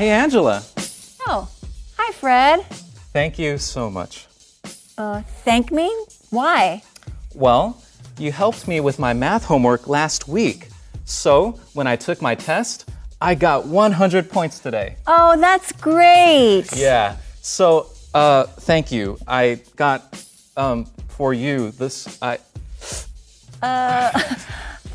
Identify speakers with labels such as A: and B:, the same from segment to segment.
A: Hey, Angela.
B: Oh, hi, Fred.
A: Thank you so much.
B: Uh, thank me? Why?
A: Well, you helped me with my math homework last week. So, when I took my test, I got 100 points today.
B: Oh, that's great.
A: Yeah. So, uh, thank you. I got um, for you this. I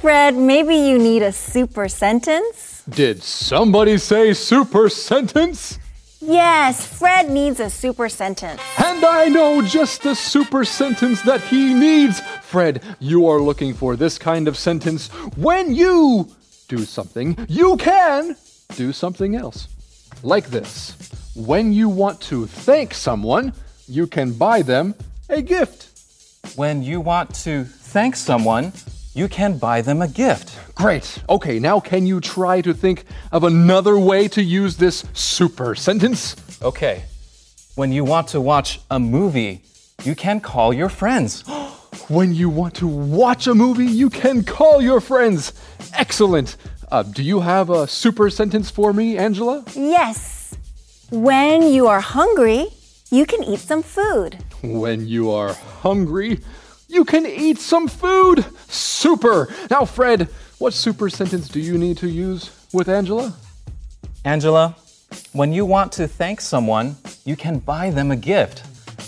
B: Fred, maybe you need a super sentence?
C: Did somebody say super sentence?
B: Yes, Fred needs a super sentence.
C: And I know just the super sentence that he needs. Fred, you are looking for this kind of sentence when you do something, you can do something else. Like this When you want to thank someone, you can buy them a gift.
A: when you want to thank someone, you can buy them a gift.
C: Great. Okay, now can you try to think of another way to use this super sentence?
A: Okay. When you want to watch a movie, you can call your friends.
C: When you want to watch a movie, you can call your friends. Excellent. Uh, do you have a super sentence for me, Angela?
B: Yes. When you are hungry, you can eat some food.
C: When you are hungry, you can eat some food. Super. Now, Fred, what super sentence do you need to use with Angela?
A: Angela, when you want to thank someone, you can buy them a gift.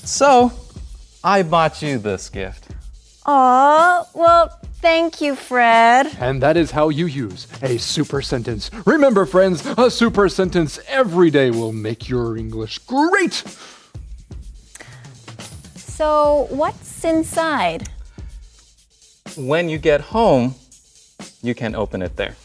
A: So, I bought you this gift.
B: Aw, well, thank you, Fred.
C: And that is how you use a super sentence. Remember, friends, a super sentence every day will make your English great.
B: So, what's inside?
A: When you get home, you can open it there.